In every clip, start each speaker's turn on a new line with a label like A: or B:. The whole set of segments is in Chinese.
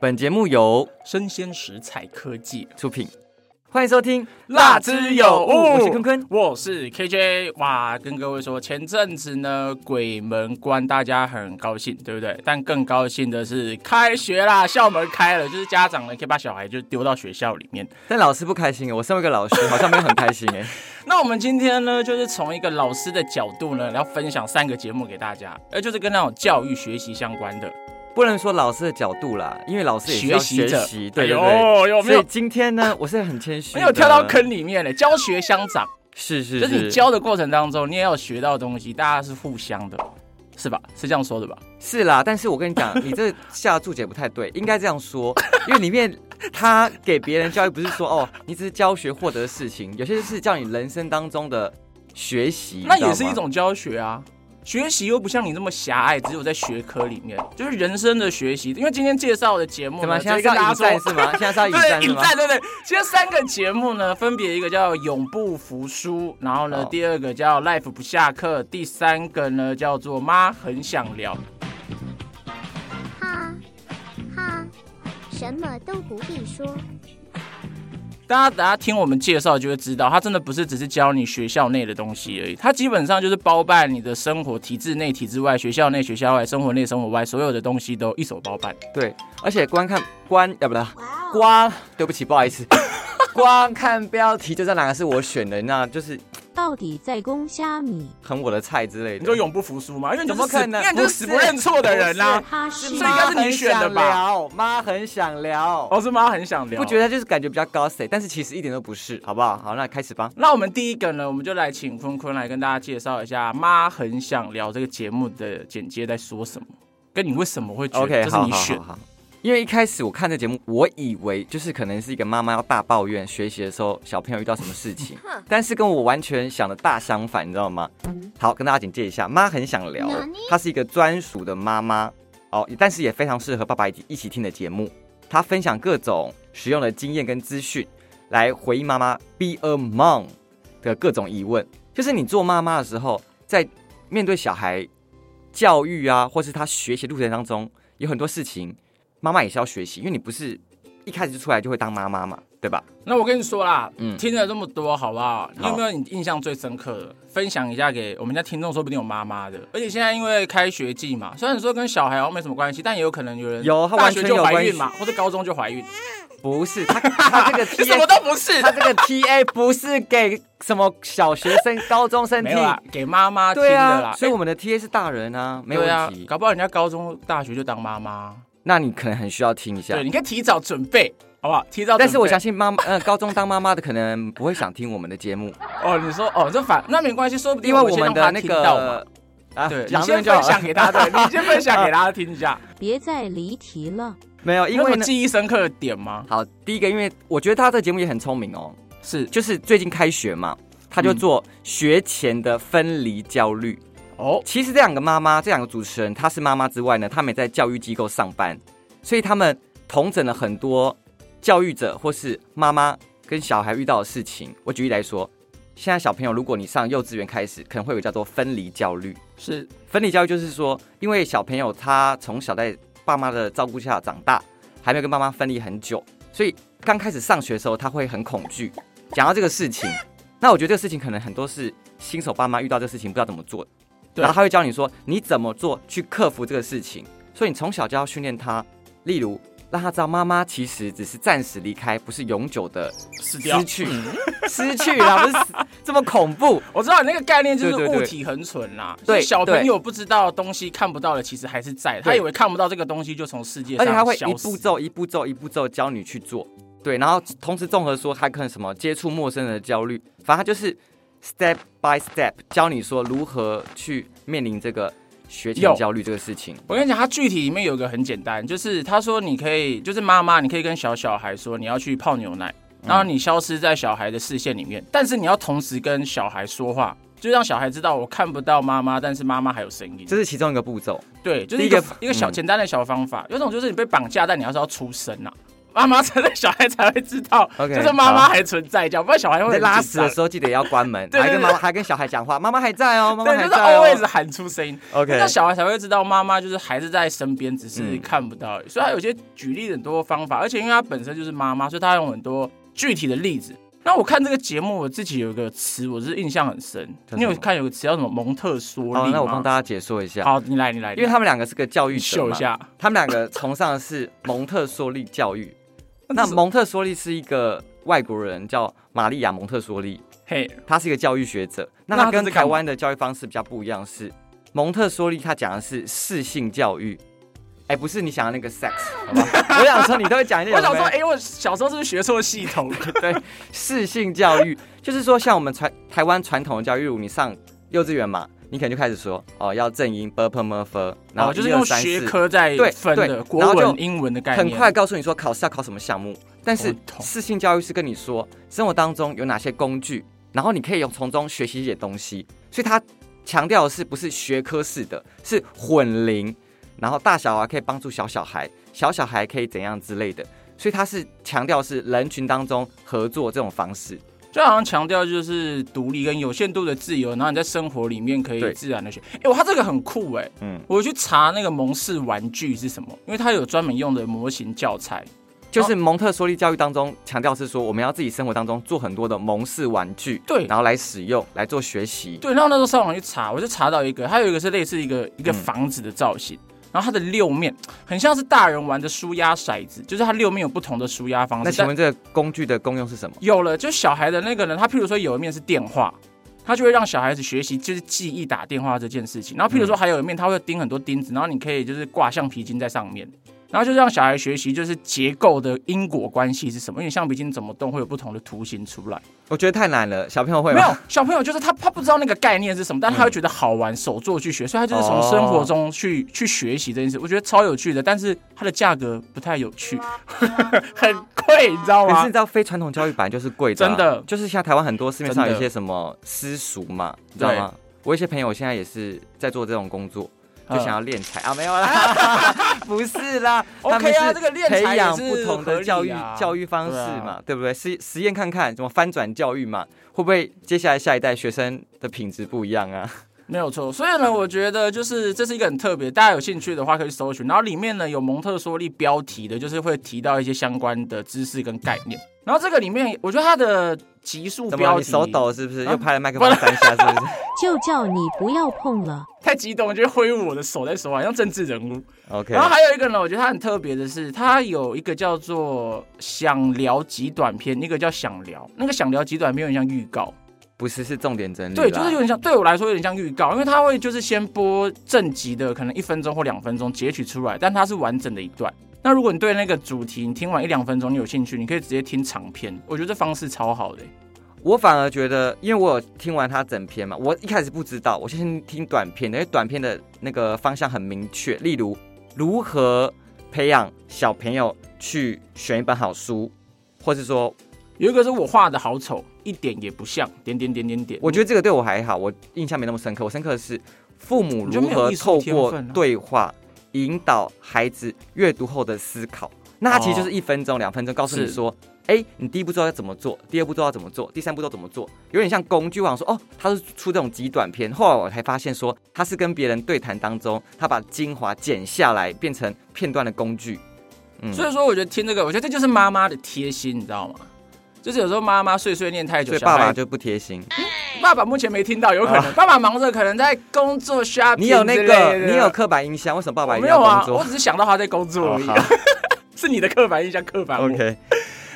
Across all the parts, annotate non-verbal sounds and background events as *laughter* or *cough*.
A: 本节目由
B: 生鲜食材科技，
A: 出品，欢迎收听《
B: 辣之有物
A: 我是坤坤。
B: 我是 KJ。哇，跟各位说，前阵子呢，鬼门关大家很高兴，对不对？但更高兴的是，开学啦，校门开了，就是家长呢可以把小孩就丢到学校里面。
A: 但老师不开心，我身为一个老师，好像没有很开心哎。
B: 那我们今天呢，就是从一个老师的角度呢，要分享三个节目给大家，呃，就是跟那种教育学习相关的
A: *laughs* 不能说老师的角度啦，因为老师也需要学
B: 学者。
A: 习，对对
B: 哎
A: 对。
B: 呦，有没
A: 所以
B: 有
A: 今天呢，我是很谦虚的，
B: 没有跳到坑里面了？教学相长。
A: 是是
B: 就是
A: 是
B: 你教的过程当中，你也要学到东西，大家是互相的，是吧？是这样说的吧？
A: 是啦，但是我跟你
B: *laughs*
A: 讲，你这下注解不太对，应该这样说，因为里面他给别人教育不是说哦，你只是教学获得的事情，有些是叫你人生当中的学习，
B: 那
A: 你知道
B: 也是
A: 吗
B: 一。种教学啊。学习又不像你那么狭隘，只有在学科里面，就是人生的学习。因为今天介绍的节目
A: 怎么
B: 呢，
A: 现在
B: 直接
A: 是
B: 跟
A: 要
B: 大
A: 引战
B: 家说，
A: 是吗？现在是要引
B: *laughs* 对
A: 战是
B: 引
A: 吗？
B: 战，对对。今天三个节目呢，分别一个叫永不服输，然后呢
A: 好，
B: 第二个叫 Life 不下课，第三个呢叫做妈很想聊。
C: 哈，哈，什么都不必说。
B: 大家大家听我们介绍就会知道，它真的不是只是教你学校内的东西而已，它基本上就是包办你的生活，体制内、体制外，学校内、学校外，生活内、生活外，所有的东西都一手包
A: *laughs*
B: 办。
A: 对，而且观看观啊要不啦，
B: 哦
A: 光对不起，不好意思， *laughs* 光看标题就知道哪个是我选的，那就是
D: 到底在攻虾米？
A: 很我的菜之类的。
B: 你说永不服输吗？因为你就
A: 怎么
B: 是死
A: 可能
B: 因为你就是死不认错的人呐、
D: 他是
B: 这应该是你选的吧？
A: 妈很想聊，
B: 哦，是吗？很想聊，
A: 不觉得就是感觉比较高 y 但是其实一点都不是，好不好？好，那开始吧。
B: 那我们第一个呢，我们就来请坤坤来跟大家介绍一下《妈很想聊》这个节目的简介在说什么，跟你为什么会觉
A: OK，
B: 得这是
A: 好
B: 你
A: 好
B: 选
A: 好好。因为一开始我看这节目，我以为就是可能是一个妈妈要大抱怨学习的时候小朋友遇到什么事情，但是跟我完全想的大相反，你知道吗？好，跟大家简介一下，妈很想聊
C: 哪里，
A: 她是一个专属的妈妈哦，但是也非常适合爸爸一起一起听的节目。她分享各种实用的经验跟资讯，来回应妈妈 “be a mom” 的各种疑问。就是你做妈妈的时候，在面对小孩教育啊，或是他学习路程当中，有很多事情，妈妈也是要学习，因为你不是一开始就出来就会当妈妈嘛，对吧？
B: 那我跟你说啦，
A: 嗯
B: 听了这么多，好不好？你
A: 好
B: 有没有你印象最深刻的？分享一下给我们家听众，说不定有妈妈的。而且现在因为开学季嘛，虽然说跟小孩好像没什么关系，但也有可能有人
A: 有它
B: 大
A: 完
B: 学
A: 全
B: 就
A: 有
B: 怀
A: 关系
B: 孕嘛，或者高中就
A: *laughs*
B: 怀孕，
A: 不是，他他
B: *laughs*
A: 这个
B: 你什么
A: TA，
B: 都不是
A: 他。这个 TA 不是给什么小学生、高中生
B: 没
A: 听
B: 有，啦，给妈妈听的
A: 对
B: 啦。哎
A: 啊，所以我们的 TA 是大人啊，没有
B: 对啊
A: 问，题。
B: 搞不好人家高中、大学就当妈妈。
A: 那你可能很需要听一下
B: 对，。你可以提早准备，好不好？提早准备。
A: 但是我相信妈妈，呃，高中当妈妈的可能不会想听我们的
B: *laughs*
A: 节目，
B: 哦，你说哦，这反那没关系，说不定
A: 因为
B: 我
A: 我
B: 们
A: 们
B: 先让
A: 的
B: 她
A: 那
B: 听到嘛
A: 个啊
B: 对，你
A: 讲这
B: 先
A: 边就好
B: 分
A: 了
B: 享给大家，对，你先分享给大家听一下。
D: 别再离题了。
A: *laughs* 没有，因
B: 有
A: 为
B: 什么
A: 呢，
B: 记忆深刻的点吗？
A: 好，第一个，因为我觉得他这个节目也很聪明哦，
B: 是
A: 就是最近开学嘛，他
B: 嗯
A: 就做学前的分离焦虑。
B: 哦，
A: 其实这两个妈妈，这两个主持人，她是妈妈之外呢，他们也在教育机构上班，所以他们统整了很多教育者或是妈妈跟小孩遇到的事情。我举例来说，现在小朋友，如果你上幼稚园开始，可能会有叫做分离焦虑。
B: 是
A: 分离教育就是说，因为小朋友他从小在爸妈的照顾下长大，还没有跟爸妈分离很久，所以刚开始上学的时候他会很恐惧。讲到这个事情，那我觉得这个事情可能很多是新手爸妈遇到这个事情不知道怎么做，
B: 对
A: 然后他会教你说你怎么做去克服这个事情，所以你从小就要训练他，例如让他知道妈妈其实只是暂时离开，不是永久的
B: 死掉
A: 失。去，失去啦，不是死这么恐怖。
B: 我知道你那个概念就是
A: 对对
B: 物
A: 对
B: 体很蠢啦，
A: 对
B: 就是小朋友不知道东西看不到的，其实还是在，他以为看不到这个东西就从世界
A: 而
B: 上
A: 且他会
B: 消
A: 一
B: 失
A: 步骤一步骤一步骤教你去做，对，然后同时综合说还可能什么接触陌生人的焦虑，反正他就是 step by step 教你说如何去面临这个学前
B: 有
A: 焦虑这个事情。
B: 我跟你讲，他具体里面有一个很简单，就是他说你可以，就是妈妈，你可以跟小小孩说你要去泡牛奶，
A: 嗯
B: 然后你消失在小孩的视线里面，但是你要同时跟小孩说话，就让小孩知道我看不到妈妈，但是妈妈还有声音。
A: 这是其中一个步骤，
B: 对，就是一个
A: 第一个
B: 一个小
A: 嗯
B: 简单的小方法。有种就是你被绑架，但你还是要出声呐、啊妈妈存在，小孩才会知道
A: OK，
B: 就是妈妈
A: 好
B: 还存在，这样不然小孩会
A: 你
B: 很
A: 在
B: 紧
A: 拉屎的
B: 张
A: 时候记得也要关门，
B: *laughs* 对对
A: 还跟
B: 对
A: 妈妈还跟小孩讲话，妈妈还在哦，妈妈
B: 对，
A: 还
B: 就是
A: 在哦
B: always 喊出声音。
A: OK，
B: 那小孩才会知道妈妈就是还是在身边，只是
A: 嗯
B: 看不到而已。所以他有些举例很多方法，而且因为他本身就是妈妈，所以他用很多具体的例子。那我看这个节目，我自己有一个词，我是印象很深。
A: 叫
B: 你有
A: 什么
B: 看有个词叫什么蒙特梭利
A: 好，
B: 吗？
A: 那我帮大家解说一下，
B: 好，你来，你来，
A: 因为他们两个是个教育
B: 你
A: 者
B: 秀一
A: 嘛，
B: 下。
A: 他们两个崇尚的是蒙特梭利教育。那
B: *laughs* 那是
A: 蒙特梭利是一个外国人，叫玛利亚蒙特梭利，
B: 嘿，
A: 他是一个教育学者。那
B: 那
A: 他
B: 他
A: 跟
B: 是干嘛
A: 台湾的教育方式比较不一样是，蒙特梭利他讲的是适性教育，哎，不是你想的那个
B: *laughs*
A: sex，好吧？我想说你都会讲一些有
B: 我
A: 的没的，
B: 想说，哎、我小时候是不是学错系
A: *laughs*
B: 统？
A: 对，适性教育就是说，像我们传台湾传统的教育，例如你上幼稚园嘛，你可能就开始说哦，要正音 b p m f，然后
B: 哦就是
A: 一二
B: 用
A: 三
B: 学
A: 四
B: 科在
A: 对
B: 分
A: 对
B: 的国
A: 然后就
B: 文、英文的概念，
A: 很快告诉你说考试要考什么项目，但是
B: 我懂
A: 适性教育是跟你说生活当中有哪些工具，然后你可以用从中学习一些东西，所以它强调的是不是学科式的，是混龄，然后大小啊可以帮助小小孩，小小孩可以怎样之类的，所以它是强调是人群当中合作这种方式。
B: 就好像强调就是独立跟有限度的自由，然后你在生活里面可以
A: 对
B: 自然的选。哎、哇，它这个很酷哎、
A: 嗯，
B: 我去查那个蒙氏玩具是什么，因为它有专门用的模型教材。
A: 就是蒙特梭利教育当中强调是说，我们要自己生活当中做很多的蒙式玩具，
B: 对
A: 然后来使用来做学习。
B: 对，然后那时候上网去查，我就查到一个，它有一个是类似一个一个
A: 嗯
B: 房子的造型，然后它的六面很像是大人玩的舒压骰子，就是它六面有不同的舒压方式。
A: 那请
B: 但
A: 问这个工具的功用是什么？
B: 有了，就小孩的那个呢，他譬如说有一面是电话，他就会让小孩子学习就是记忆打电话这件事情。然后譬如说还有一面，他会钉很多钉子，然后你可以就是挂橡皮筋在上面，然后就让小孩学习就是结构的因果关系是什么，因为橡皮筋怎么动会有不同的图形出来。
A: 我觉得太难了，小朋友会
B: 没
A: 吗？嗯
B: 有小朋友就是他他不知道那个概念是什么，但他会觉得好玩，手做去学，所以他就是从生活中去、去学习这件事，我觉得超有趣的，但是它的价格不太有趣， *laughs* 很贵，你知道
A: 可是
B: 吗
A: 你知？道非传统教育本来就是贵的啊、
B: 啊真的
A: 就是像台湾很多市面上
B: 真的
A: 有一些什么私塾嘛，你知道吗？我有一些朋友现在也是在做这种工作，就
B: 嗯
A: 想要练才啊，没有啦，
B: *laughs*
A: 不是啦
B: OK
A: 他
B: 啊
A: 们是
B: 这个练才
A: 培
B: 也是
A: 养不同
B: 合
A: 的
B: 理
A: 教育
B: 啊
A: 教育方式
B: 对啊
A: 嘛，对不对？实实验看看，什么翻转教育嘛，会不会接下来下一代学生的品质不一样啊？
B: 没有错，
A: 嗯
B: 所以呢，我觉得就是这是一个很特别，大家有兴趣的话可以搜寻。然后里面呢有蒙特梭利标题的，就是会提到一些相关的知识跟概念。然后这个里面，我觉得它的集数
A: 怎么了
B: 标
A: 你
B: 题
A: 手抖是不是？
B: 啊
A: 又拍了麦克风三下是
B: *laughs*
A: 不是
D: 就叫你不要碰了。
B: 太激动，我就挥舞我的手在手腕，像政治人物。
A: ？OK，
B: 然后还有一个呢，我觉得它很特别的是，它有一个叫做“想聊极短片”，一个叫“想聊”，那个“想聊极短片”有点像预告。
A: 不是是重点整理啦，
B: 对，就是有点像，对我来说有点像预告，因为他会就是先播正集的可能一分钟或两分钟截取出来，但它是完整的一段。那如果你对那个主题你听完一两分钟你有兴趣，你可以直接听长篇，我觉得这方式超好的、欸
A: 我反而觉得，因为我有听完他整篇嘛，我一开始不知道，我先听短片的，因为短片的那个方向很明确，例如如何培养小朋友去选一本好书，或是说，
B: 有一个是我画的好丑，一点也不像，点点点点点。
A: 我觉得这个对我还好，我印象没那么深刻。我深刻的是父母
B: 你就
A: 如
B: 没有
A: 何
B: 艺术
A: 透
B: 天
A: 过
B: 分啊
A: 对话引导孩子阅读后的思考。那它其实就是一分钟、两分钟，告诉你
B: 哦是
A: 说，哎、你第一步骤要怎么做，第二步骤要怎么做，第三步骤怎么做，有点像工具。我想说，哦，他是出这种极短片。后来我才发现说，他是跟别人对谈当中，他把精华剪下来，变成片段的工具。嗯
B: 所以说，我觉得听这个，我觉得这就是妈妈的贴心，你知道吗？就是有时候妈妈碎碎念太久，
A: 所以
B: 小孩
A: 爸爸就不贴心。
B: 爸爸目前没听到，有可能、爸爸忙着，可能在工作 shopping
A: 你有那
B: 之类
A: 个，
B: 的
A: 你有刻板印象，为什么爸爸
B: 我
A: 一
B: 没
A: 定
B: 有
A: 要
B: 啊
A: 工，作？哦
B: 我只是想到他在工作而已。 *laughs* 是你的刻板印象刻板我。
A: OK，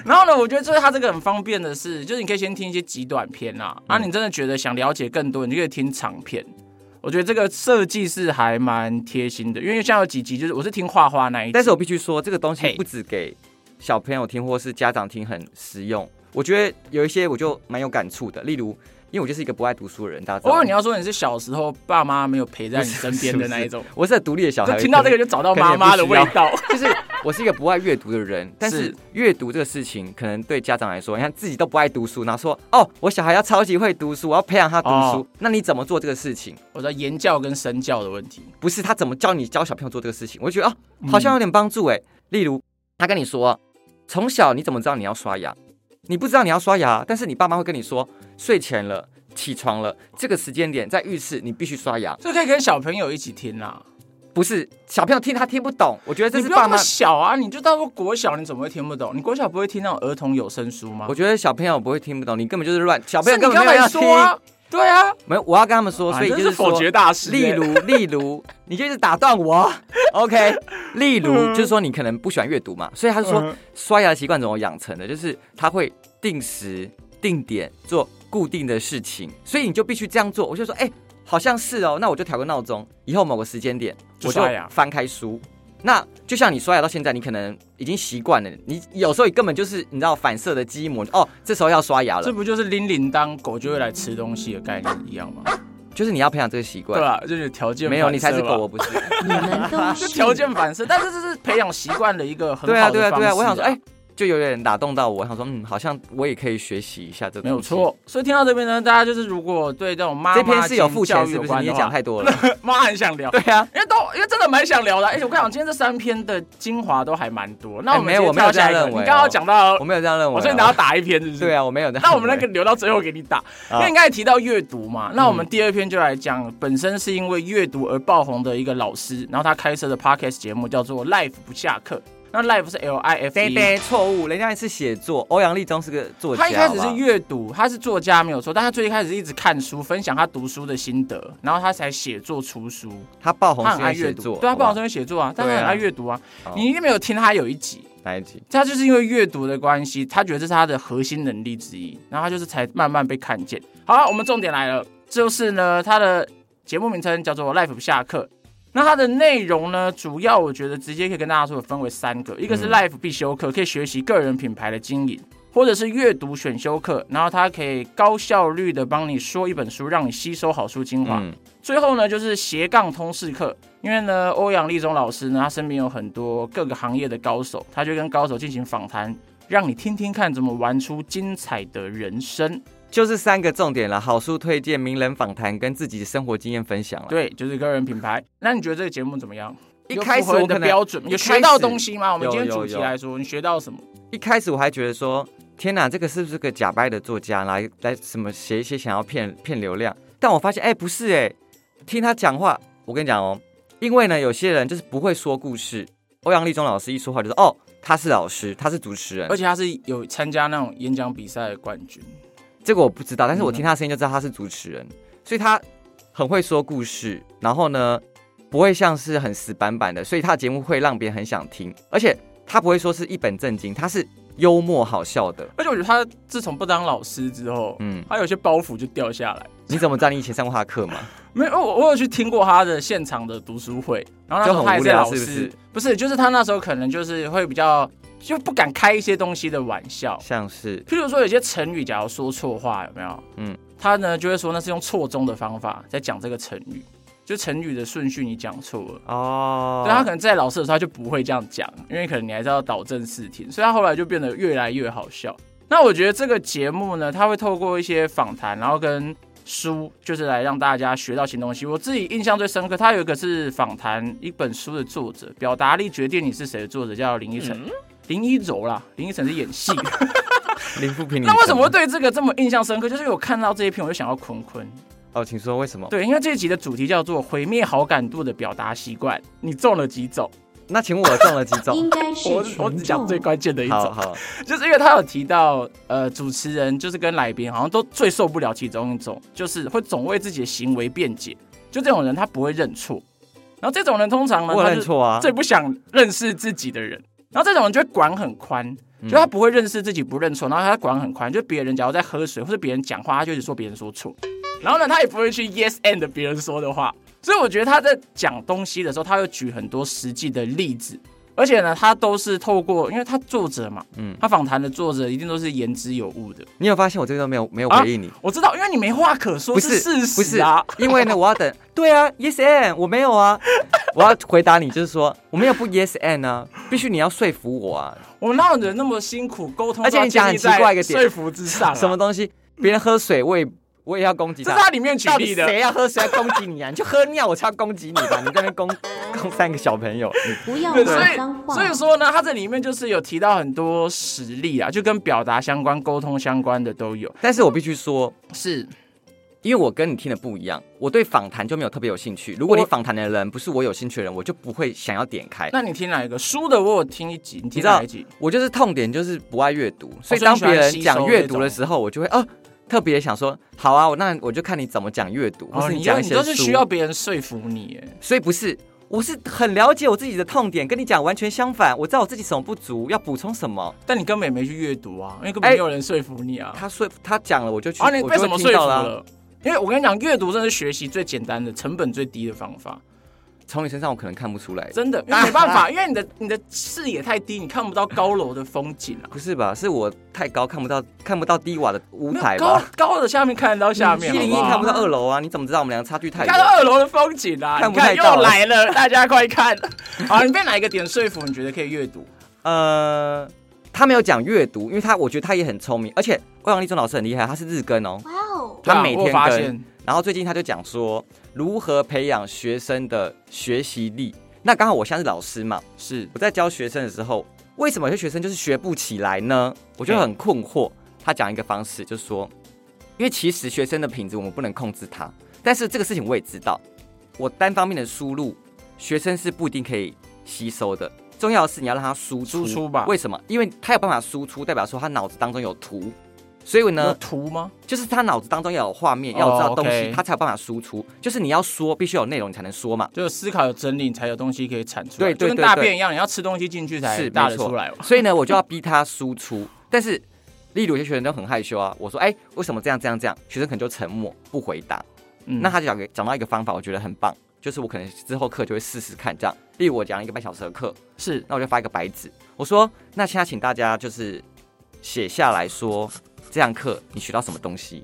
B: 然后呢，我觉得就是它这个很方便的是，就是你可以先听一些极短片啦、啊，
A: 嗯
B: 你真的觉得想了解更多，你就可以听长片。我觉得这个设计是还蛮贴心的，因为像有几集就是我是听画画那一集，
A: 但是我必须说，这个东西
B: 嘿
A: 不止给小朋友听或是家长听很实用。我觉得有一些我就蛮有感触的，例如，因为我就是一个不爱读书的人，大家知
B: 偶
A: 道
B: 尔哦你。要说你是小时候爸妈没有陪在你身边的那一种，
A: 我是很独立的小孩，
B: 就听到这个就找到妈妈的味道。
A: 可 *laughs* 能，就是我是一个不爱阅读的人，但是
B: 是
A: 阅读这个事情，可能对家长来说，你看自己都不爱读书，然后说哦，我小孩要超级会读书，我要培养他读书
B: 哦，
A: 那你怎么做这个事情？
B: 我的言教跟身教的问题，
A: 不是他
B: 嗯
A: 欸怎么教你教小朋友做这个事情，我就觉得哦，好像有点帮助哎。例如，他跟你说，从小你怎么知道你要刷牙？你不知道你要刷牙，但是你爸妈会跟你说，睡前了，起床了，这个时间点在浴室你必须刷牙。
B: 这可以跟小朋友一起听啊啦。
A: 不是小朋友听他听不懂，我觉得这
B: 你
A: 是
B: 不要
A: 爸
B: 那
A: 妈
B: 么。小啊，你就到过国小，你怎么会听不懂？你国小不会听那种儿童有声书吗
A: 我？觉得小朋友不会听不懂，你根本就是乱，小朋
B: 啊是
A: 友
B: 你
A: 根本
B: 刚
A: 没有
B: 才
A: 要听。
B: 说啊，对啊，
A: 没有，我要跟他们说，所以
B: 啊
A: 就
B: 你真是
A: 说，
B: 否决大师
A: 例
B: 欸
A: 如，例如，你就一直打断我
B: *laughs*
A: ，OK？例如，就是说你可能不喜欢阅读嘛，所以他就说
B: 嗯
A: 刷牙的习惯怎么养成的？就是他会定时、定点做固定的事情，所以你就必须这样做。我就说，哎、好像是哦，那我就调个闹钟，以后某个时间点
B: 就
A: 我就
B: 刷牙
A: 翻开书。那就像你刷牙到现在，你可能已经习惯了，你有时候根本就是你知道反射的肌膜哦，这时候要刷牙
B: 这
A: 了，
B: 不就是铃铃当狗就会来吃东西的概念一样吗？
A: 就是你要培养这个习
B: 对
A: 惯。
B: 吧？就是条件
A: 没有，你才是
B: 反射吧
A: 狗，我不是。
D: 你们都
B: 就是条件反射，但是这是培养习惯的一个 *laughs* 很好的
A: 对啊，对啊，
B: 方式。
A: 对啊，我想说，哎、，就有点打动到我，想说，嗯，好像我也可以学习一下这
B: 没
A: 东西
B: 有。错。所以听到这边呢，大家就是如果对这种妈
A: 这
B: 妈
A: 篇是有付
B: 教
A: 钱，
B: 育
A: 是
B: 有
A: 不是？
B: 关
A: 你
B: 的
A: 也 *laughs*
B: 话
A: 讲太
B: *laughs*
A: 多了。
B: 妈很想聊。
A: 对啊，
B: 因为都因为真的蛮想聊的，啊而且我跟你讲，今天这三篇的精华都还蛮多。那我们
A: 哎没有我没有
B: 直接跳下一
A: 这样
B: 个
A: 认为哦
B: 你刚刚讲到，
A: 我没有这样认为、啊
B: 我说你等要打一篇是不是？
A: 对。啊，我啊没有这样认为。
B: 那我们那个留到最后给你打，因为你刚才提到阅读嘛，那我
A: 嗯
B: 们第二篇就来讲，本身是因为阅读而爆红的一个老师，然后他开设的 podcast 节目叫做《Life 不下课》，那 Life 是 L I F
A: 对
B: E，
A: 对，错误，人家是写作，欧阳立中是个作家，
B: 他一开始
A: 好
B: 是
A: 不好
B: 阅读，他是作家没有错，但他最一开始是一直看书，分享他读书的心得，然后他才写作出书，
A: 他爆红
B: 他
A: 是
B: 很
A: 因
B: 爱
A: 为
B: 阅
A: 写
B: 读，
A: 作，
B: 对他
A: 好不好
B: 爆红是因为写作啊，但他
A: 对啊
B: 很爱阅读啊。
A: 好
B: 你一定没有听他有一集，
A: 哪一集？
B: 他就是因为阅读的关系，他觉得这是他的核心能力之一，然后他就是才慢慢被看见。好了，我们重点来了，就是呢，他的节目名称叫做《Life 不下课》。那它的内容呢，主要我觉得直接可以跟大家说，分为三个，一个是
A: 嗯
B: Life 必修课，可以学习个人品牌的经营，或者是阅读选修课，然后它可以高效率的帮你说一本书，让你吸收好书精华。
A: 嗯，
B: 最后呢，就是斜杠通识课，因为呢，欧阳立中老师呢，他身边有很多各个行业的高手，他就跟高手进行访谈，让你听听看怎么玩出精彩的人生。
A: 就是三个重点了：好书推荐、名人访谈跟自己的生活经验分享了。，
B: 对，就是个人品牌。那你觉得这个节目怎么样？
A: 一
B: 有符
A: 开始
B: 合你
A: 我
B: 的
A: 可能
B: 标准
A: 一
B: 有
A: 开
B: 学到
A: 始
B: 东西吗？我们
A: 有
B: 今天主
A: 有
B: 题
A: 有
B: 来说，你学到什么？
A: 一开始我还觉得说，天哪，这个是不是个假掰的作家来来什么写一些想要骗骗流量？但我发现，哎、不是哎、听他讲话，我跟你讲哦，因为呢，有些人就是不会说故事。欧阳立中老师一说话就是哦，他是老师，他是主持人
B: 而，且他是有参加那种演讲比赛的冠军，
A: 这个我不知道，但
B: 嗯
A: 是我听他声音就知道他是主持人，所以他很会说故事，然后呢，不会像是很死板板的，所以他的节目会让别人很想听，而且他不会说是一本正经，他是幽默好笑的。
B: 而且我觉得他自从不当老师之后，
A: 嗯，
B: 他有些包袱就掉下来。
A: 你怎么知道你以前上过他的课吗？
B: 没有，我我有去听过他的现场的读书会，然后那时候他也是老师，
A: 就很无聊是不是
B: 不是，就是他那时候可能就是会比较就不敢开一些东西的玩笑，
A: 像是
B: 譬如说有些成语，假如说错话，有没有？嗯
A: 嗯，
B: 他呢就会说那是用错综的方法在讲这个成语，就成语的顺序你讲错了。
A: 哦，
B: 所以他可能在老师的时候他就不会这样讲，因为可能你还是要导正视听，所以他后来就变得越来越好笑。那我觉得这个节目呢，他会透过一些访谈，然后跟书，就是来让大家学到新东西。我自己印象最深刻，他有一个是访谈一本书的作者，《表达力决定你是谁》的作者叫林依晨，林依柔啦，林依晨是演戏的。
A: 林富平，
B: 那为什么会？对这个这么印象深刻？就是因为我看到这一篇，我就想到坤坤。
A: 哦，请说为什么？
B: 对，因为这一集的主题叫做“毁灭好感度的表达习惯”，你中了几种？
A: 那请问我中了几种
D: 应？该是
B: 我我只
D: 群
B: 讲
D: 众
B: 最。关键的一
A: 好
B: 种，
A: 好，
B: 就是因为他有提到，呃，主持人就是跟来宾好像都最受不了其中一种，就是会总为自己的行为辩解，就这种人他不会认错，然后这种人通常呢，
A: 我
B: 他
A: 有
B: 就
A: 认错啊。
B: 最不想认识自己的人，然后这种人就会管很宽，
A: 嗯
B: 就他不会认识自己，不认错，然后他管很宽，就别人假如在喝水或者别人讲话，他就一直说别人说错，然后呢，他也不会去 yes and 别人说的话，所以我觉得他在讲东西的时候，他会举很多实际的例子，而且呢，他都是透过，因为他作者嘛，嗯
A: 嗯，
B: 他访谈的作者一定都是言之有物的，
A: 你有发现我这边都没有没有回应你？
B: 我知道，因为你没话可说
A: 不是
B: 啊事
A: 不
B: 实
A: 是
B: 啊，，
A: 因为呢，我要等。对啊，yes and 我没有啊， *laughs* 我要回答你，就是说我没有不 yes and 啊，必须你要说服我啊。
B: 我哪有人那么辛苦沟通，
A: 而且你讲很奇怪一个点
B: 说服之上、啊，
A: 什么东西？别人喝水，我也我也要攻击
B: 这
A: 他
B: 是。他里面举
A: 到
B: 例
A: 底
B: 的。
A: 谁要喝水要攻击你啊？你就喝尿，我才要攻击你吧！你在那边攻共三个小朋友，嗯
D: 不要
B: 对
D: 骂脏话
B: 所，以说呢，它这里面就是有提到很多实例啊，就跟表达相关、沟通相关的都有。
A: 但是我必须说，
B: 是，
A: 因为我跟你听的不一样，我对访谈就没有特别有兴趣。如果你
B: 我
A: 访谈的人不是我有兴趣的人，我就不会想要点开。
B: 那你听哪一个书的？我有听一集，你
A: 你
B: 听
A: 知道
B: 哪一集？，
A: 我就是痛点就是不爱阅读，所以
B: 所以
A: 当
B: 你喜
A: 别
B: 欢
A: 人
B: 吸收
A: 讲阅读
B: 那
A: 的
B: 种
A: 时候，我就会哦、特别想说，好啊，我那我就看你怎么讲阅读，或是
B: 哦你
A: 讲一
B: 你
A: 些
B: 都是
A: 书
B: 需要别人说服你，哎，
A: 所以不是，我是很了解我自己的痛点，跟你讲完全相反。我知道我自己什么不足，要补充什么。
B: 但你根本也没去阅读啊，因为根本
A: 哎
B: 没有人说服你啊。
A: 他说他讲了，我就去，
B: 啊，你
A: 我
B: 被
A: 就
B: 什
A: 会
B: 么
A: 听
B: 说
A: 到
B: 服
A: 了啊、
B: 了？因为我跟你讲，阅读真的是学习最简单的、成本最低的方法，
A: 从你身上我可能看不出来，
B: 真的，
A: *laughs*
B: 因为没办法，因为你的你的视野太低，你看不到高楼的风景啊。
A: 不是吧？是我太高看不到看不到低瓦的舞
B: 没有
A: 台
B: 高
A: 吧？
B: 高的下面看得到 *laughs* 下面，
A: 嗯一零一
B: 好好
A: 看不到二楼啊，你怎么知道我们俩差距太远
B: 看？到二楼的风景啊！
A: 看
B: 你
A: 不太
B: 看
A: 到
B: 又来了， *laughs* 大家快看！好，你被哪一个点说服？你觉得可以阅读？
A: 呃，他没有讲阅读，因为他我觉得他也很聪明，而且欧阳立中老师很厉害，他是日更哦。
C: 哇哦，
A: 他
B: 对啊
A: 每
B: 我
A: 天
B: 发
A: 更
B: 现
A: 然后最近他就讲说如何培养学生的学习力。那刚好我现在是老师嘛，
B: 是
A: 我在教学生的时候，为什么有些学生就是学不起来呢？我就很困惑。他讲一个方式，就是说，因为其实学生的品质我们不能控制他，但是这个事情我也知道，我单方面的输入，学生是不一定可以吸收的。重要的是你要让他输出
B: 输出吧
A: 为什么？因为他有办法输出，代表说他脑子当中有图，所以
B: 有
A: 呢，
B: 图吗？
A: 就是他脑子当中要有画面，要有知道
B: 哦
A: 东西
B: OK
A: 他才有办法输出。就是你要说，必须有内容，你才能说嘛。
B: 就是思考有整理，你才有东西可以产出来。
A: 对对
B: 就跟
A: 对
B: 大
A: 对
B: 便一样，你要吃东西进去才
A: 是
B: 大
A: 没
B: 得
A: 错
B: 出来嘛。
A: 所以呢，我就要逼他输出。但是，例如有些学生都很害羞啊，我说，哎、为什么这样这样这样？学生可能就沉默不回答。
B: 嗯
A: 那他就讲给讲到一个方法，我觉得很棒，就是我可能之后课就会试试看这样。例如我讲一个半小时的课，
B: 是
A: 那我就发一个白纸，我说，那现在请大家就是写下来说这堂课你学到什么东西，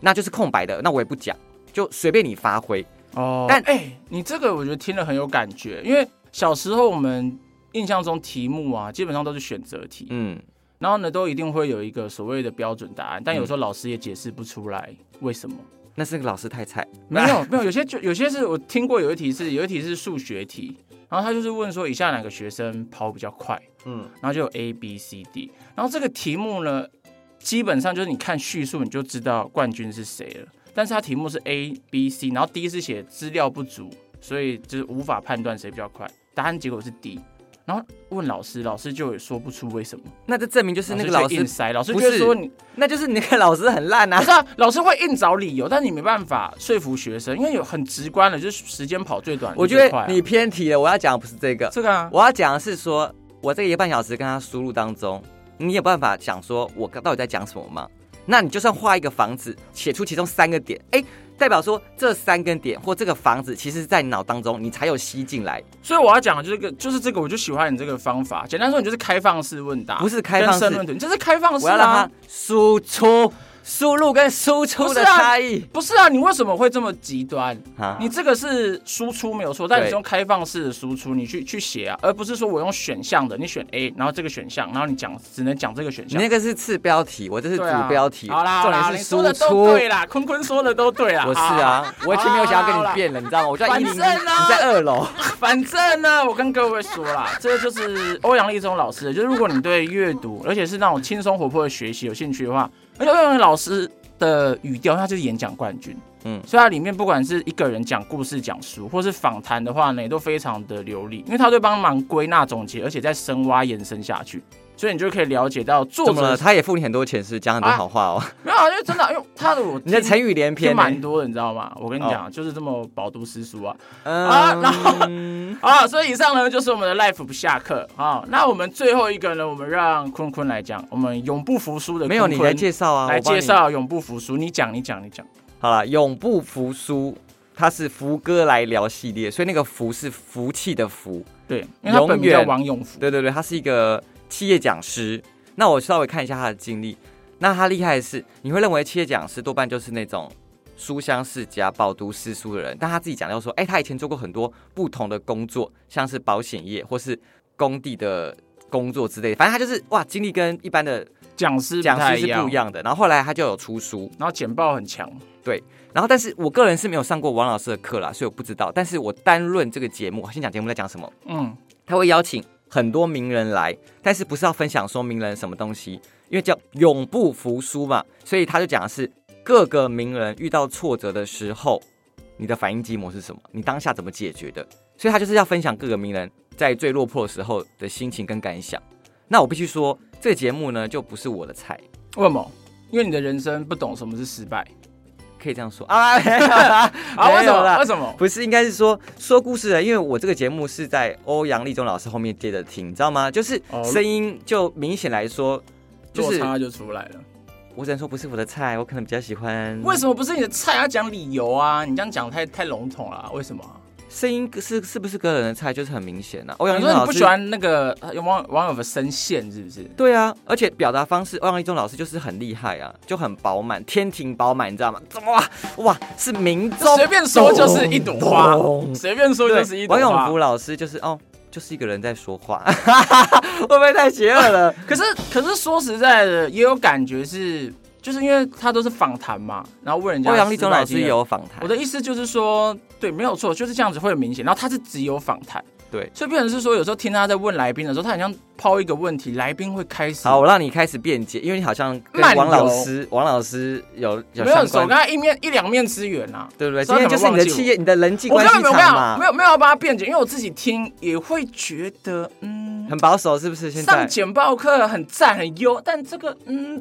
A: 那就是空白的，那我也不讲，就随便你发挥。
B: 哦，
A: 但
B: 哎、你这个我觉得听了很有感觉，因为小时候我们印象中题目啊，基本上都是选择题，
A: 嗯，
B: 然后呢都一定会有一个所谓的标准答案，但有时候老师也解释不出来为什么。
A: 那是那个老师太菜，
B: *laughs* 没有没有，有些就有些是我听过有一题是有一题是数学题，然后他就是问说以下哪个学生跑比较快，
A: 嗯，
B: 然后就有 A B C D，然后这个题目呢，基本上就是你看叙述你就知道冠军是谁了，但是它题目是 A B C，然后 D 是写资料不足，所以就是无法判断谁比较快，答案结果是 D，然后问老师，老师就也说不出为什么，
A: 那就证明就是那个老
B: 就
A: 师
B: 硬，塞，老师
A: 不
B: 就是说你
A: 那就是你那个老师很烂啊
B: *laughs* 不。是啊，老师会硬找理由，但你没办法说服学生，因为有很直观的，就是时间跑最短。
A: 我觉
B: 就最快
A: 得
B: 啊
A: 你偏题了，我要讲的不是这个，
B: 这个啊，
A: 我要讲的是说，我这一个半小时跟他输入当中，你有办法想说我到底在讲什么吗？那你就算画一个房子，写出其中三个点，哎、代表说这三根点或这个房子，其实在你脑当中你才有吸进来，
B: 所以我要讲的就是这个，就是这个，我就喜欢你这个方法。简单说，你就是开放式问答，
A: 不是开放式
B: 跟申论题，你这是开放式
A: 我要让
B: 啊
A: 它。输出、输入跟输出的
B: 不是啊
A: 差异
B: 不是啊，你为什么会这么极端？
A: 啊
B: 你这个是输出没有错，但你
A: 对
B: 是用开放式的输出，你去去写啊，而不是说我用选项的，你选 A，然后这个选项，然后你讲只能讲这个选
A: 你
B: 项。
A: 那个是次标题，我这是主
B: 对啊
A: 标题，
B: 好啦，好
A: 重
B: 啦
A: 点
B: 你
A: 是
B: 说
A: 输
B: 的都
A: 出。
B: 对啦，坤坤说的都对啦。
A: 我是
B: 好，好 *laughs*
A: 啊，我已经没有想要跟你辩了，你知道吗？我在一
B: 完
A: 零一，你
B: 胜啊
A: 在二楼。
B: 反正呢，我跟各位说啦， *laughs* 这就是欧阳立中老师的，就是如果你对阅读，而且是那种轻松活泼的学习有兴趣的话，而且欧阳老师的语调，他就是演讲冠军，
A: 嗯
B: 嗯，所以他里面不管是一个人讲故事、讲书，或是访谈的话呢，也都非常的流利，因为他会帮忙归纳总结，而且再深挖延伸下去，所以你就可以了解到作
A: 怎么了？
B: 者
A: 他也付你很多钱，是不是讲很多好话哦。
B: 没有啊，因为真的，因为他的
A: *laughs*
B: 我
A: 你的成语连
B: 就
A: 篇呢、哦
B: 蛮多的，你知道吗？我跟你讲，就是这么饱读诗书啊。
A: 嗯
B: 啊然后啊，所以以上呢就是我们的 life 不下课啊。那我们最后一个呢，我们让坤坤来讲，我们永不服输的坤坤
A: *laughs* 没有你来介绍啊，
B: 来
A: 我帮
B: 介
A: 你。
B: 绍永不服输，你讲你讲你讲，
A: 好了，永不服输，它是福哥来聊系列，所以那个福是福气的福。
B: 对，因为他本名
A: 永
B: 叫
A: 远
B: 王永福，
A: 对对对，他是一个企业讲师。那我稍微看一下他的经历，那他厉害的是，你会认为企业讲师多半就是那种书香世家、饱读诗书的人，但他自己讲到说，哎，他以前做过很多不同的工作，像是保险业或是工地的工作之类的，反正他就是哇，经历跟一般的
B: 讲师不
A: 讲
B: 太
A: 师是不一，样的。然后后来他就有出书，
B: 然后简报很强，
A: 然后但是我个人是没有上过王老师的课啦，所以我不知道。但是我单论这个节目，先讲节目在讲什么。
B: 嗯，
A: 他会邀请很多名人来，但是不是要分享说名人什么东西，因为叫永不服输嘛，所以他就讲的是各个名人遇到挫折的时候，你的反应机模是什么，你当下怎么解决的，所以他就是要分享各个名人在最落魄的时候的心情跟感想。那我必须说，这个节目呢就不是我的菜，
B: 为什么？因为你的人生不懂什么是失败
A: 可以这样说啊，没有啦
B: 啊？为
A: 没
B: 什
A: 有
B: 么？
A: 啦
B: 为什么？
A: 不是，应该是说说故事的，因为我这个节目是在欧阳立中老师后面接着听，你知道吗？就是
B: 哦
A: 声音就明显来说，就
B: 落
A: 是
B: 差就出来了。
A: 我只能说不是我的菜，我可能比较喜欢。
B: 为什么不是你的菜？要讲理由啊！你这样讲太太笼统了啊、为什么啊？哦
A: 声音是是不是个人的菜，就是很明显啊。欧阳
B: 你
A: 立
B: 说
A: 中
B: 你
A: 老
B: 不
A: 师
B: 喜欢那个有网网友的声线是不是？
A: 对啊，而且表达方式，欧阳立中老师就是很厉害啊，就很饱满，天庭饱满，你知道吗？哇哇，是民众
B: 随便说就是一朵花，随便说就是一
A: 对，
B: 啊朵
A: 王永
B: 花
A: 福。老师就是哦，就是一个人在说
B: *laughs*
A: 话，会不会太邪恶了？
B: 可是可是说实在的，也有感觉是，就是因为他都是访谈嘛，然后问 *laughs* 人家。
A: 欧阳立中老师也。有访谈，
B: 我的意思就是说，对，没有错，就是这样子会很明显。然后他是只有访谈，
A: 对，
B: 所以变成是说，有时候听他在问来宾的时候，他好像抛一个问题，来宾会开始
A: 好，我让你开始辩解，因为你好像跟
B: 漫游
A: 王老师、王老师有有
B: 没有
A: 相
B: 手
A: 关
B: 跟，他一面一两面之缘啊。
A: 对不对？
B: 所
A: 今
B: 以
A: 天
B: 他
A: 就是
B: 可能
A: 你的
B: 忘记我
A: 企业、你的人际
B: 我
A: 关
B: 根
A: 系
B: 本没有没
A: 场
B: 有没
A: 嘛，
B: 有没有要帮他辩解，因为我自己听也会觉得，嗯，
A: 很保守，是不是？现
B: 上
A: 在
B: 简报课很赞很优，但这个嗯，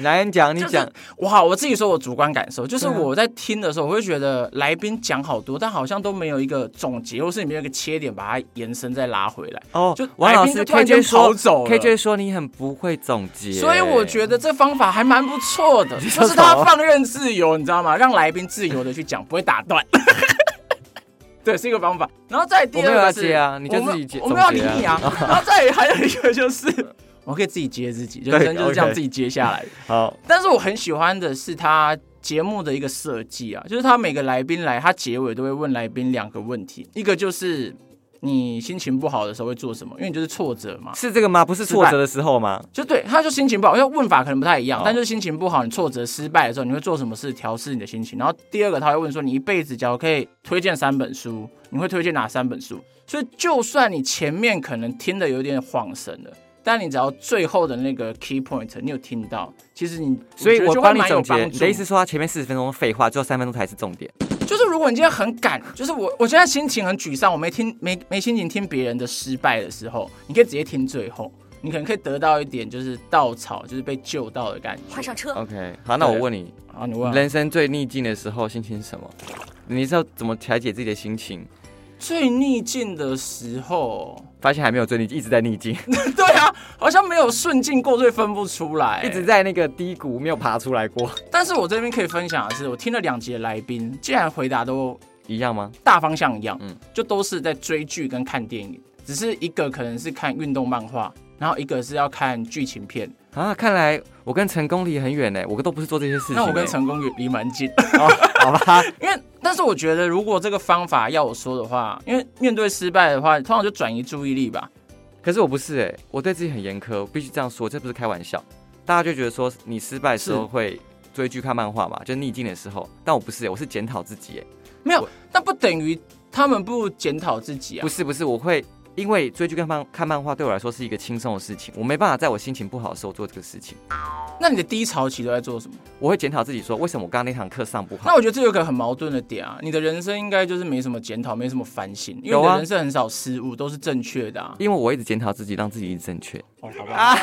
A: 来你讲，你
B: 就
A: 讲
B: 是，我好我自己说我主观感受，就是
A: 对啊
B: 我在听的时候，我会觉得来宾讲好多，但好像都没有一个总结，或是你没有一个切点把它延伸再拉回来。
A: 哦
B: 就，
A: 王老
B: 来宾就
A: 师
B: 突然间
A: KJ
B: 跑
A: 说
B: 走了
A: ，KJ 说你很不会总结，
B: 所以我觉得这方法还蛮不
A: *laughs*
B: 错的，
A: 说
B: 就
A: 什
B: 是他
A: 么
B: 放任自由，你知道吗？让来宾自由的去讲，不会打断。 *laughs* 对，是一个方法。然后再第
A: 我没有
B: 二
A: 要
B: 个是，
A: 接啊你就
B: 我没有
A: 自己接
B: 我没有要理
A: 总
B: 你
A: 结
B: 啊
A: *laughs* 啊。
B: 然后再还有一个就是，我可以自己接自己，人生就是这样
A: OK
B: 自己接下来。
A: 好，
B: 但是我很喜欢的是他节目的一个设计啊，就是他每个来宾来，他结尾都会问来宾两个问题，一个就是你心情不好的时候会做什么，因为你就是挫折嘛。
A: 是这个吗？不是挫折的时候吗？
B: 就对，他就心情不好，因为问法可能不太一样，
A: 哦
B: 但就是心情不好，你挫折、失败的时候，你会做什么事调试你的心情？然后第二个，他会问说，你一辈子假如可以推荐三本书，你会推荐哪三本书？所以就算你前面可能听的有点晃神了，但你只要最后的那个 key point 你有听到，其实你
A: 所以
B: 我
A: 我
B: 觉得就会
A: 帮你
B: 蛮有
A: 总结，
B: 帮
A: 你的意
B: 助
A: 思说他前面四十分钟废话，最后三分钟才是重点。
B: 就是如果你今天很赶，就是我我现在心情很沮丧，我没听没没心情听别人的失败的时候，你可以直接听最后，你可能可以得到一点就是稻草，就是被救到的感觉。
E: 上车，
A: OK，好，那我问你，
B: 好，你问啊
A: 人生最逆境的时候心情是什么？你知道怎么调节自己的心情？
B: 最逆境的时候， *laughs*
A: 发现还没有最逆境，一直在逆境，
B: 对啊，好像没有顺境过，所以分不出来。
A: 一直，在那个低谷没有爬出来过，
B: 但是我这边可以分享的是，我听了两集的来宾，竟然回答都
A: *laughs* 一样吗？
B: 大方向一样，
A: 嗯
B: 就都是在追剧跟看电影，只是一个可能是看运动漫画，然后一个是要看剧情片。
A: 啊，看来我跟成功离很远呢，我都不是做这些事情欸。
B: 那我跟成功也离蛮近， *laughs*
A: 哦，好吧， *laughs*
B: 因为但是我觉得如果这个方法要我说的话，因为面对失败的话，通常就转移注意力吧。
A: 可是我不是哎，我对自己很严苛，我必须这样说，这不是开玩笑。大家就觉得说你失败的时候
B: 是
A: 会追剧看漫画嘛，就逆境的时候，但我不是欸，我是检讨自己哎，
B: 那不等于他们不检讨自己啊
A: 不？是不是，我会因为追剧看漫看漫画对我来说是一个轻松的事情，我没办法在我心情不好的时候做这个事情，
B: 那你的低潮期都在做什么？
A: 我会检讨自己说为什么我刚刚那堂课上不好
B: 那。我觉得这有一个很矛盾的点啊，你的人生应该就是没什么检讨，没什么反省，因为
A: 有
B: 你
A: 啊
B: 的人生很少失误，都是正确的啊。
A: 因为我一直检讨自己，让自己一直正确，
B: 哦，好吧，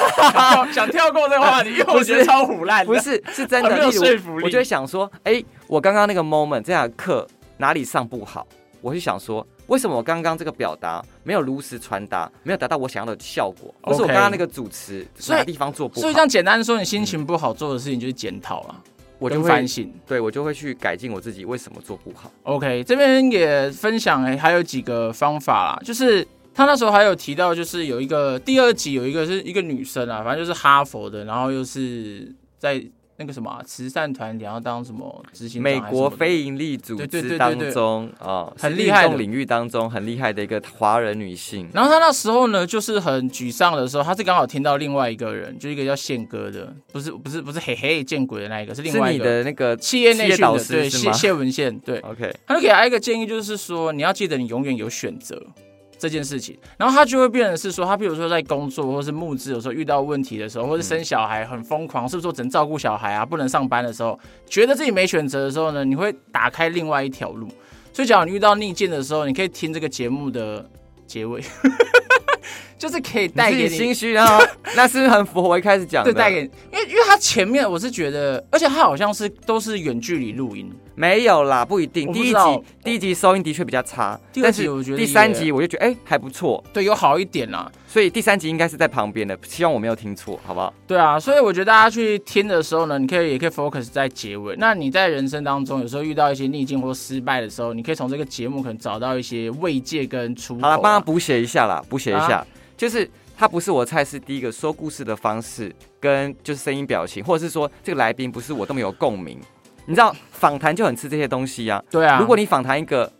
B: *laughs* 想跳想跳过这个话题，因为我觉
A: 不
B: 得
A: 是
B: 超虎烂的。
A: 不是是
B: *laughs*
A: 真的。
B: 很没有
A: 例如
B: 说服力
A: 我就会想说，哎、我刚刚那个 moment 这堂课哪里上不好？我就想说，为什么我刚刚这个表达没有如实传达，没有达到我想要的效果，或是我
B: OK
A: 刚刚那个主持
B: 所以
A: 哪个地方做不
B: 所以这
A: 好，
B: 样简单说，你心情不好做的事情就是检讨啊，
A: 我就
B: 跟
A: 会
B: 反省。
A: 对我就会去改进我自己为什么做不好。
B: OK，这边也分享、欸、还有几个方法啦，就是他那时候还有提到，就是有一个第二集有一个是一个女生啊，反正就是哈佛的，然后又是在那个什么啊慈善团体，然后当什么执行长
A: 美
B: 还是什么
A: 国
B: 的
A: 非营利组
B: 对对
A: 织
B: 对对
A: 当
B: 对
A: 中啊，
B: 很
A: 是
B: 厉
A: 运
B: 害
A: 动
B: 的
A: 领域当中很厉害的一个华人女性。啊
B: 然后他那时候呢，就是很沮丧的时候，他是刚好听到另外一个人，就一个叫宪哥的，不是不是不是嘿嘿见鬼的那一个，是另
A: 是
B: 外一
A: 你
B: 个
A: 的那个
B: 企业内训
A: 导
B: 的，
A: 师
B: 对
A: 是
B: 谢
A: 吗哦
B: 谢文宪，对，
A: *laughs* ？OK，
B: 他就给他一个建议，就是说你要记得你永远有选择这件事情。然后他就会变成是说，他比如说在工作或是募资，有时候遇到问题的时候，或是生小孩很疯狂，是不是说只能照顾小孩啊，不能上班的时候，觉得自己没选择的时候呢，你会打开另外一条路。所以，假如你遇到逆境的时候，你可以听这个节目的结尾，就是可以带
A: 你
B: 给
A: 自己
B: 你
A: 心虚啊，
B: *laughs*
A: 那是不是很符合我一开始讲的？
B: 对，带给你，因为因为他前面我是觉得，而且他好像是都是远距离录音，
A: 没有啦，不一定。
B: 我不
A: 第一
B: 知道
A: 集第一集收音的确比较差，
B: 第二
A: 但
B: 集
A: 是
B: 我觉得
A: 第
B: 也
A: 三集我就觉得哎、还不错，
B: 对，有好一点啦。
A: 所以第三集应该是在旁边的，希望我没有听错，好不好？
B: 对啊，所以我觉得大家去听的时候呢，你可以也可以 focus 在结尾。那你在人生当中有时候遇到一些逆境或失败的时候，你可以从这个节目可能找到一些慰藉跟出口
A: 好
B: 啊、
A: 了，帮他补写一下啦，补写一下，
B: 啊
A: 就是他不是我菜，是第一个说故事的方式跟就是声音表情，或者是说这个来宾不是我都没有共鸣。你知道访谈就很吃这些东西啊。
B: 嗯对啊，
A: 如果你访谈一个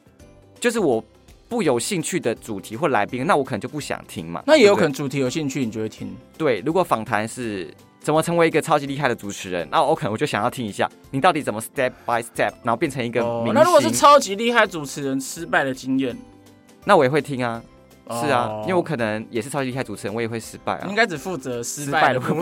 A: 就是我不有兴趣的主题或来宾，那我可能就不想听嘛。
B: 那也有
A: 对不
B: 可
A: 对
B: 能主题有兴趣，你就会听。
A: 对，如果访谈是怎么成为一个超级厉害的主持人，那我可能我就想要听一下你到底怎么 step by step，然后变成一个明星。
B: 哦那如果是超级厉害主持人失败的经验，
A: 那我也会听啊，是啊，
B: 哦嗯
A: 因为我可能也是超级厉害主持人，我也会失败啊
B: 你应。该只负责失
A: 失
B: 败
A: 败
B: 的
A: 的
B: 部
A: 部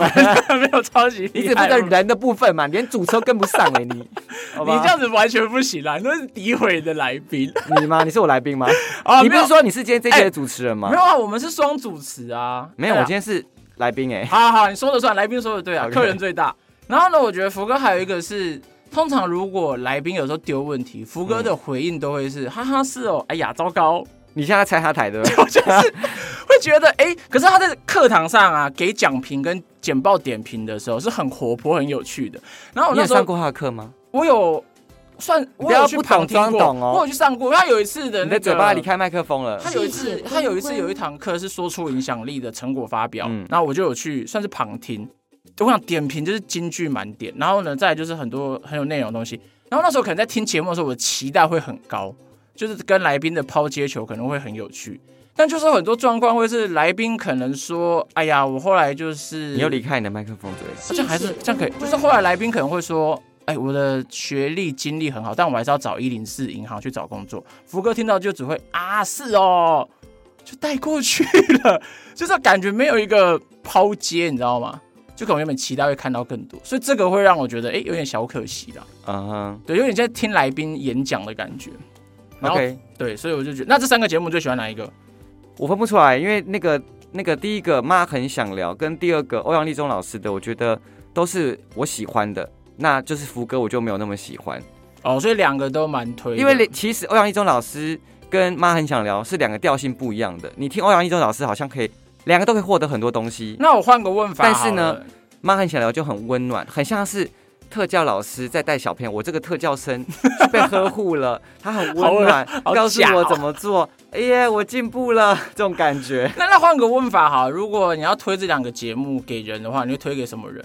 A: *laughs*
B: 分，没有超级
A: 你
B: 厉
A: 只负
B: 害
A: 责
B: 的部分。
A: 人的部分嘛，连主持都跟不上哎、
B: *laughs*
A: 你，好
B: 你
A: 吧
B: 这样子完全不行啊啦，你都是诋毁你的来宾
A: 你吗？你是我来宾吗？
B: 啊！
A: 你不
B: 没有哎
A: 是说你是今天这期的主持人吗？
B: 没有啊？我们是双主持啊，
A: 没有，
B: 对
A: 我
B: 啊
A: 今天是来宾哎、
B: 好 *laughs* 好好，你说的算，来宾说的对啊，
A: OK
B: 客人最大。然后呢，我觉得福哥还有一个是，通常如果来宾有时候丢问题，福哥的回应都会是、哈哈是哦，哎呀糟糕，
A: 你现在拆他台的，
B: *laughs* 我
A: *laughs*
B: 就是会觉得哎、可是他在课堂上啊给讲评跟简报点评的时候是很活泼很有趣的。然后我
A: 你
B: 那
A: 有
B: 时
A: 上
B: 候
A: 过他的课吗？
B: 我有算我
A: 不要
B: 有去
A: 不懂
B: 旁听
A: 装
B: 过，
A: 懂哦
B: 我有去上过，因为他有一次
A: 你
B: 的
A: 的
B: 那个
A: 嘴巴离开麦克风了
B: 他，有一次
D: 谢谢，
B: 他有一次
D: 坤坤
B: 有一堂课是说出影响力的成果发表
A: 嗯，
B: 然后我就有去算是旁听。我想点评就是金句满点，然后呢，再来就是很多很有内容的东西。然后那时候可能在听节目的时候，我的期待会很高，就是跟来宾的抛接球可能会很有趣。但就是有很多状况会是来宾可能说：“哎呀，我后来就是
A: 你又离开你的麦克风嘴了。
B: 啊这样还是这样可以，就是后来来宾可能会说，哎，我的学历经历很好，但我还是要找一零四银行去找工作。福哥听到就只会啊，是哦，就带过去了， *laughs* 就是感觉没有一个抛接，你知道吗？就可能原本期待会看到更多，所以这个会让我觉得，哎，有点小可惜啦。
A: 嗯哼
B: 对，有点在听来宾演讲的感觉。然后
A: ，OK，
B: 对，所以我就觉得，那这三个节目你最喜欢哪一个？
A: 我分不出来，因为那个那个第一个妈很想聊，跟第二个欧阳立中老师的，我觉得都是我喜欢的。那就是福哥，我就没有那么喜欢，
B: 哦，所以两个都蛮推的，
A: 因为其实欧阳立中老师跟妈很想聊是两个调性不一样的。你听欧阳立中老师好像可以，两个都可以获得很多东西。
B: *laughs* 那我换个问法，
A: 但是呢，妈很想聊就很温暖，很像是特教老师在带小朋友。我这个特教
B: *laughs*
A: 生被呵护了，他很温暖，
B: 好
A: 告诉
B: 假
A: 我
B: 哦
A: 怎么做。哎呀，我进步了，这种感觉。
B: *laughs* 那那换个问法哈，如果你要推这两个节目给人的话，你会推给什么人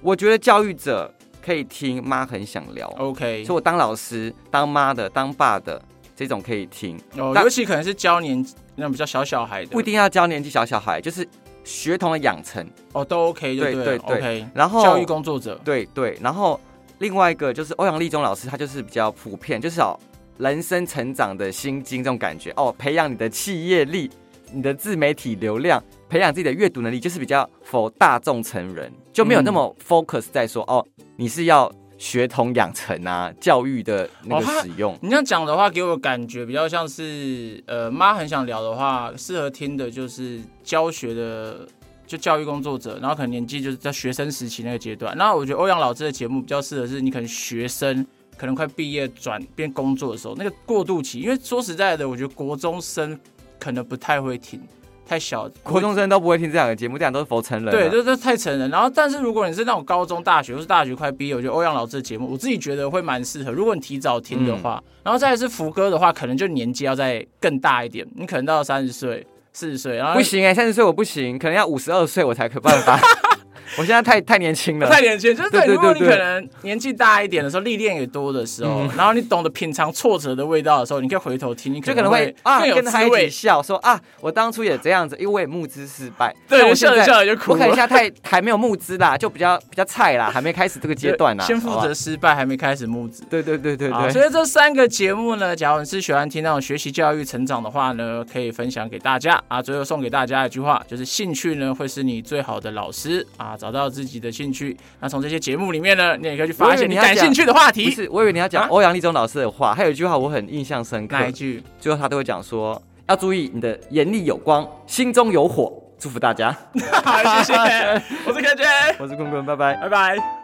A: 我觉得教育者可以听妈很想聊，
B: ？OK，
A: 所以我当老师、当妈的、当爸的这种可以听，
B: 哦，
A: 那
B: 尤其可能是教年那种比较小小孩的，
A: 不一定要教年纪小小孩，就是学童的养成。
B: 哦，都 OK，
A: 对
B: 对
A: 对对
B: o k
A: 然后
B: 教育工作者，
A: 对对，然后另外一个就是欧阳立中老师，他就是比较普遍，就是哦人生成长的心经这种感觉哦，培养你的企业力、你的自媒体流量，培养自己的阅读能力，就是比较否大众成人，就没有那
B: 嗯
A: 么 focus 在说、哦你是要学童养成啊，教育的那
B: 哦他
A: 个使用。
B: 你这样讲的话，给我感觉比较像是，呃，妈很想聊的话，适合听的就是教学的，就教育工作者，然后可能年纪就是在学生时期那个阶段。那我觉得欧阳老师的节目比较适合是你可能学生可能快毕业转变工作的时候，那个过渡期，因为说实在的，我觉得国中生可能不太会听，太小，
A: 国中生都不会听这两个节目，这两个都是否成人、啊。
B: 对，这这太成人。然后，但是如果你是那种高中、大学或是大学快毕业，我觉得欧阳老师的节目，我自己觉得会蛮适合。如果你提早听
A: 嗯
B: 的话，然后再来是福哥的话，可能就年纪要再更大一点，你可能到三十岁、四十岁，然后
A: 欸不行哎、三十岁我不行，可能要五十二岁我才可办法。 *laughs* 我现在太太年轻了，
B: 太年轻，就是
A: 啊对
B: 对，
A: 对
B: 如果你
A: 对对嗯
B: 可能年纪大一点的时候，历练也多的时候，然后你懂得品尝挫折的味道的时候，你可以回头听，你
A: 就可能会
B: 会
A: 啊
B: 更有
A: 跟
B: 滋
A: 他一起
B: 味。
A: 笑说啊，我当初也这样子，因为我也募资失败。
B: 对
A: 那我
B: 笑着
A: 现在
B: 笑着就哭
A: 我可能
B: 了
A: 现在太还没有募资啦，就比较比较菜啦，还没开始这个阶段啦。
B: 先
A: 好
B: 负
A: 不好
B: 责失败，还没开始募资。
A: 对对对对
B: 好，
A: 对，
B: 所以这三个节目呢，假如你是喜欢听那种学习、教育、成长的话呢，可以分享给大家啊。最后送给大家一句话，就是兴趣呢会是你最好的老师啊，找到自己的兴趣。那从这些节目里面呢，你也可以去发现你感兴趣的话
A: 不
B: 题。
A: 是，我以为你要讲
B: 啊
A: 欧阳立中老师的话，还有一句话我很印象深刻
B: 哪，一句？
A: 最后他都会讲说要注意你的眼里有光，心中有火。祝福大家，
B: *laughs* 好，谢谢，我是柯娟，
A: 我是棍棍，拜拜。
B: 拜拜。